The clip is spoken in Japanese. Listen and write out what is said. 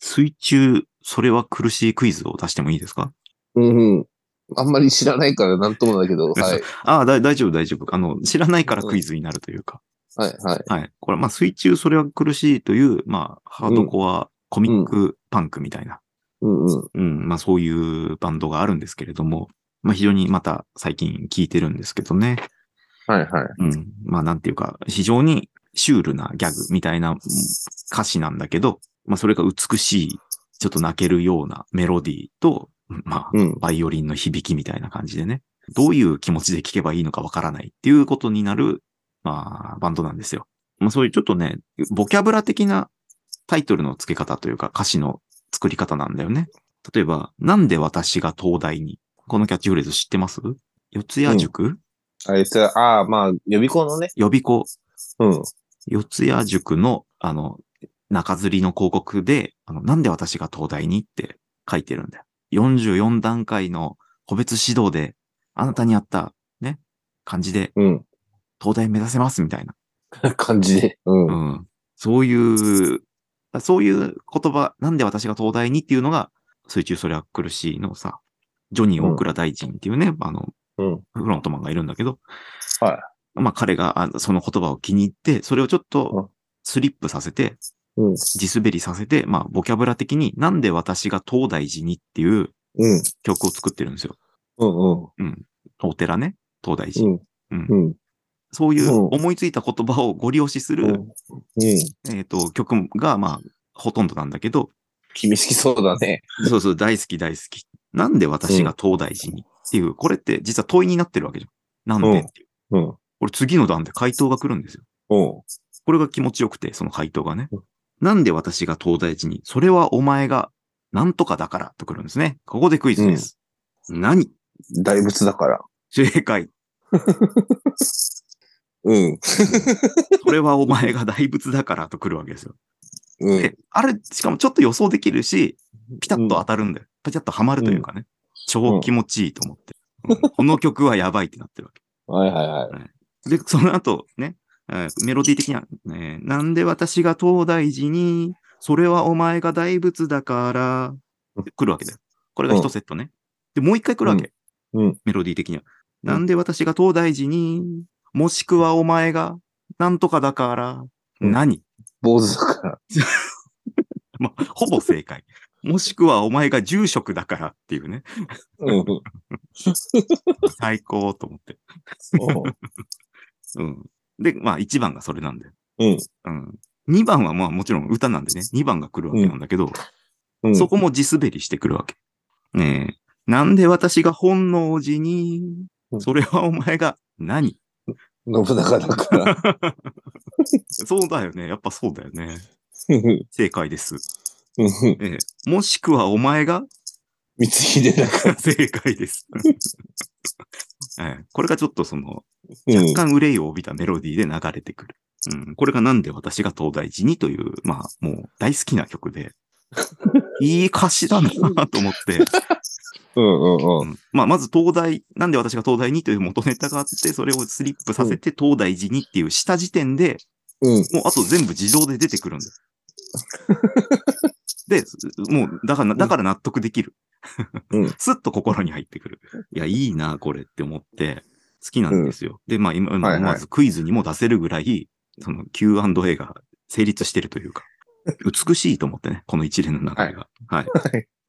水中、それは苦しいクイズを出してもいいですかうんうん。あんまり知らないからなんともだけ ど、はい。ああ、だ大丈夫、大丈夫。あの、知らないからクイズになるというか。はい、はい。はい。これ、まあ、水中、それは苦しいという、まあ、ハードコア、コミック、パンクみたいな、うんうん。うん、まあ、そういうバンドがあるんですけれども、まあ、非常にまた最近聴いてるんですけどね。はい、はい。うん。まあ、なんていうか、非常にシュールなギャグみたいなうん歌詞なんだけど、まあ、それが美しい、ちょっと泣けるようなメロディーと、まあ、うん。バイオリンの響きみたいな感じでね、どういう気持ちで聴けばいいのかわからないっていうことになる、まあ、バンドなんですよ。まあ、そういうちょっとね、ボキャブラ的なタイトルの付け方というか歌詞の作り方なんだよね。例えば、なんで私が東大にこのキャッチフレーズ知ってます四谷塾、あいつは、ああ、まあ、予備校のね。予備校、うん。四谷塾の、あの、中吊りの広告で、あの、なんで私が東大にって書いてるんだよ。44段階の個別指導で、あなたに合った、ね、感じで、うん。東大目指せますみたいな。感じで。うん。ううんん。そういう、そういう言葉、なんで私が東大にっていうのが、水中それは苦しいのさ、ジョニー大倉大臣っていうね、あの、。フロントマンがいるんだけど、はまあ彼があのその言葉を気に入って、それをちょっうんとスリップさせて、い。うん。地滑りさせて、まあ、ボキャブラ的に、なんで私が東大寺にっていううん。曲を作ってるんですよ。うん。お寺ね、東大う寺。ん。うん。そういううん思いついた言葉をご利用しすうる、ん。うん。えっと、曲が、まあ、ほとんどなんだけど、厳しきそうだね。そうそう、大好き大好き。なんで私が東大寺にっていう、これって実は問いになってるわけじゃん。なんでっていう。うん。これ次の段で回答が来るんですよ。うん。これが気持ちよくて、その回答がねう。なんで私が東大寺に、それはお前がなんとかだからとくるんですね。ここでクイズです。何大仏だから。正解。うん。それはお前が大仏だからとくるわけですよ。うんで。あれ、しかもちょっと予想できるし、ピタッと当たるんだよ。ピタッとハマるというかね。超気持ちいいと思って。うんこの曲はやばいってなってるわはいはいはい。け。で、その後ね、えーメロディー的には、ね、なんで私が東大寺に、それはお前が大仏だから、来るわけだよ。これが一セットね。で、もう一回来るわけ。うんうんメロディー的には。なんで私が東大寺に、もしくはお前が、なんとかだから、うん何 坊主だから。まあ、ほぼ正解。もしくはお前が住職だからっていうね。うん。最高と思って。うん。で、まあ1番がそれなんで。うん。うん。2番はまあもちろん歌なんでね、2番が来るわけなんだけど、うん。そこも地滑りしてくるわけ。ねえ。なんで私が本能寺にう、んそれはお前が何信長だから。そうだよね。やっぱそうだよね。うん。正解です。うん。ええ。もしくはお前が光秀だか正解 です。ええ、これがちょっとその、ら。うん。若干憂いを帯びたメロディーで流れてくる。うん、これがなんで私が東大寺にという、まあ、もう大好きな曲で、いい歌詞だなと思って、うんうんううん。んまあ、まず東大、なんで私が東大にという元ネタがあって、それをスリップさせて東大寺にっていうした時点で、うん。もうあと全部自動で出てくるん です。で、もう、だから、だから納得できるうん。 すっと心に入ってくる。いや、いいな、これって思って、好きなんですよ。で、まあ今、今はいはいまずクイズにも出せるぐらい、その Q&A が成立してるというか、美しいと思ってね、この一連の流れが。はい。はい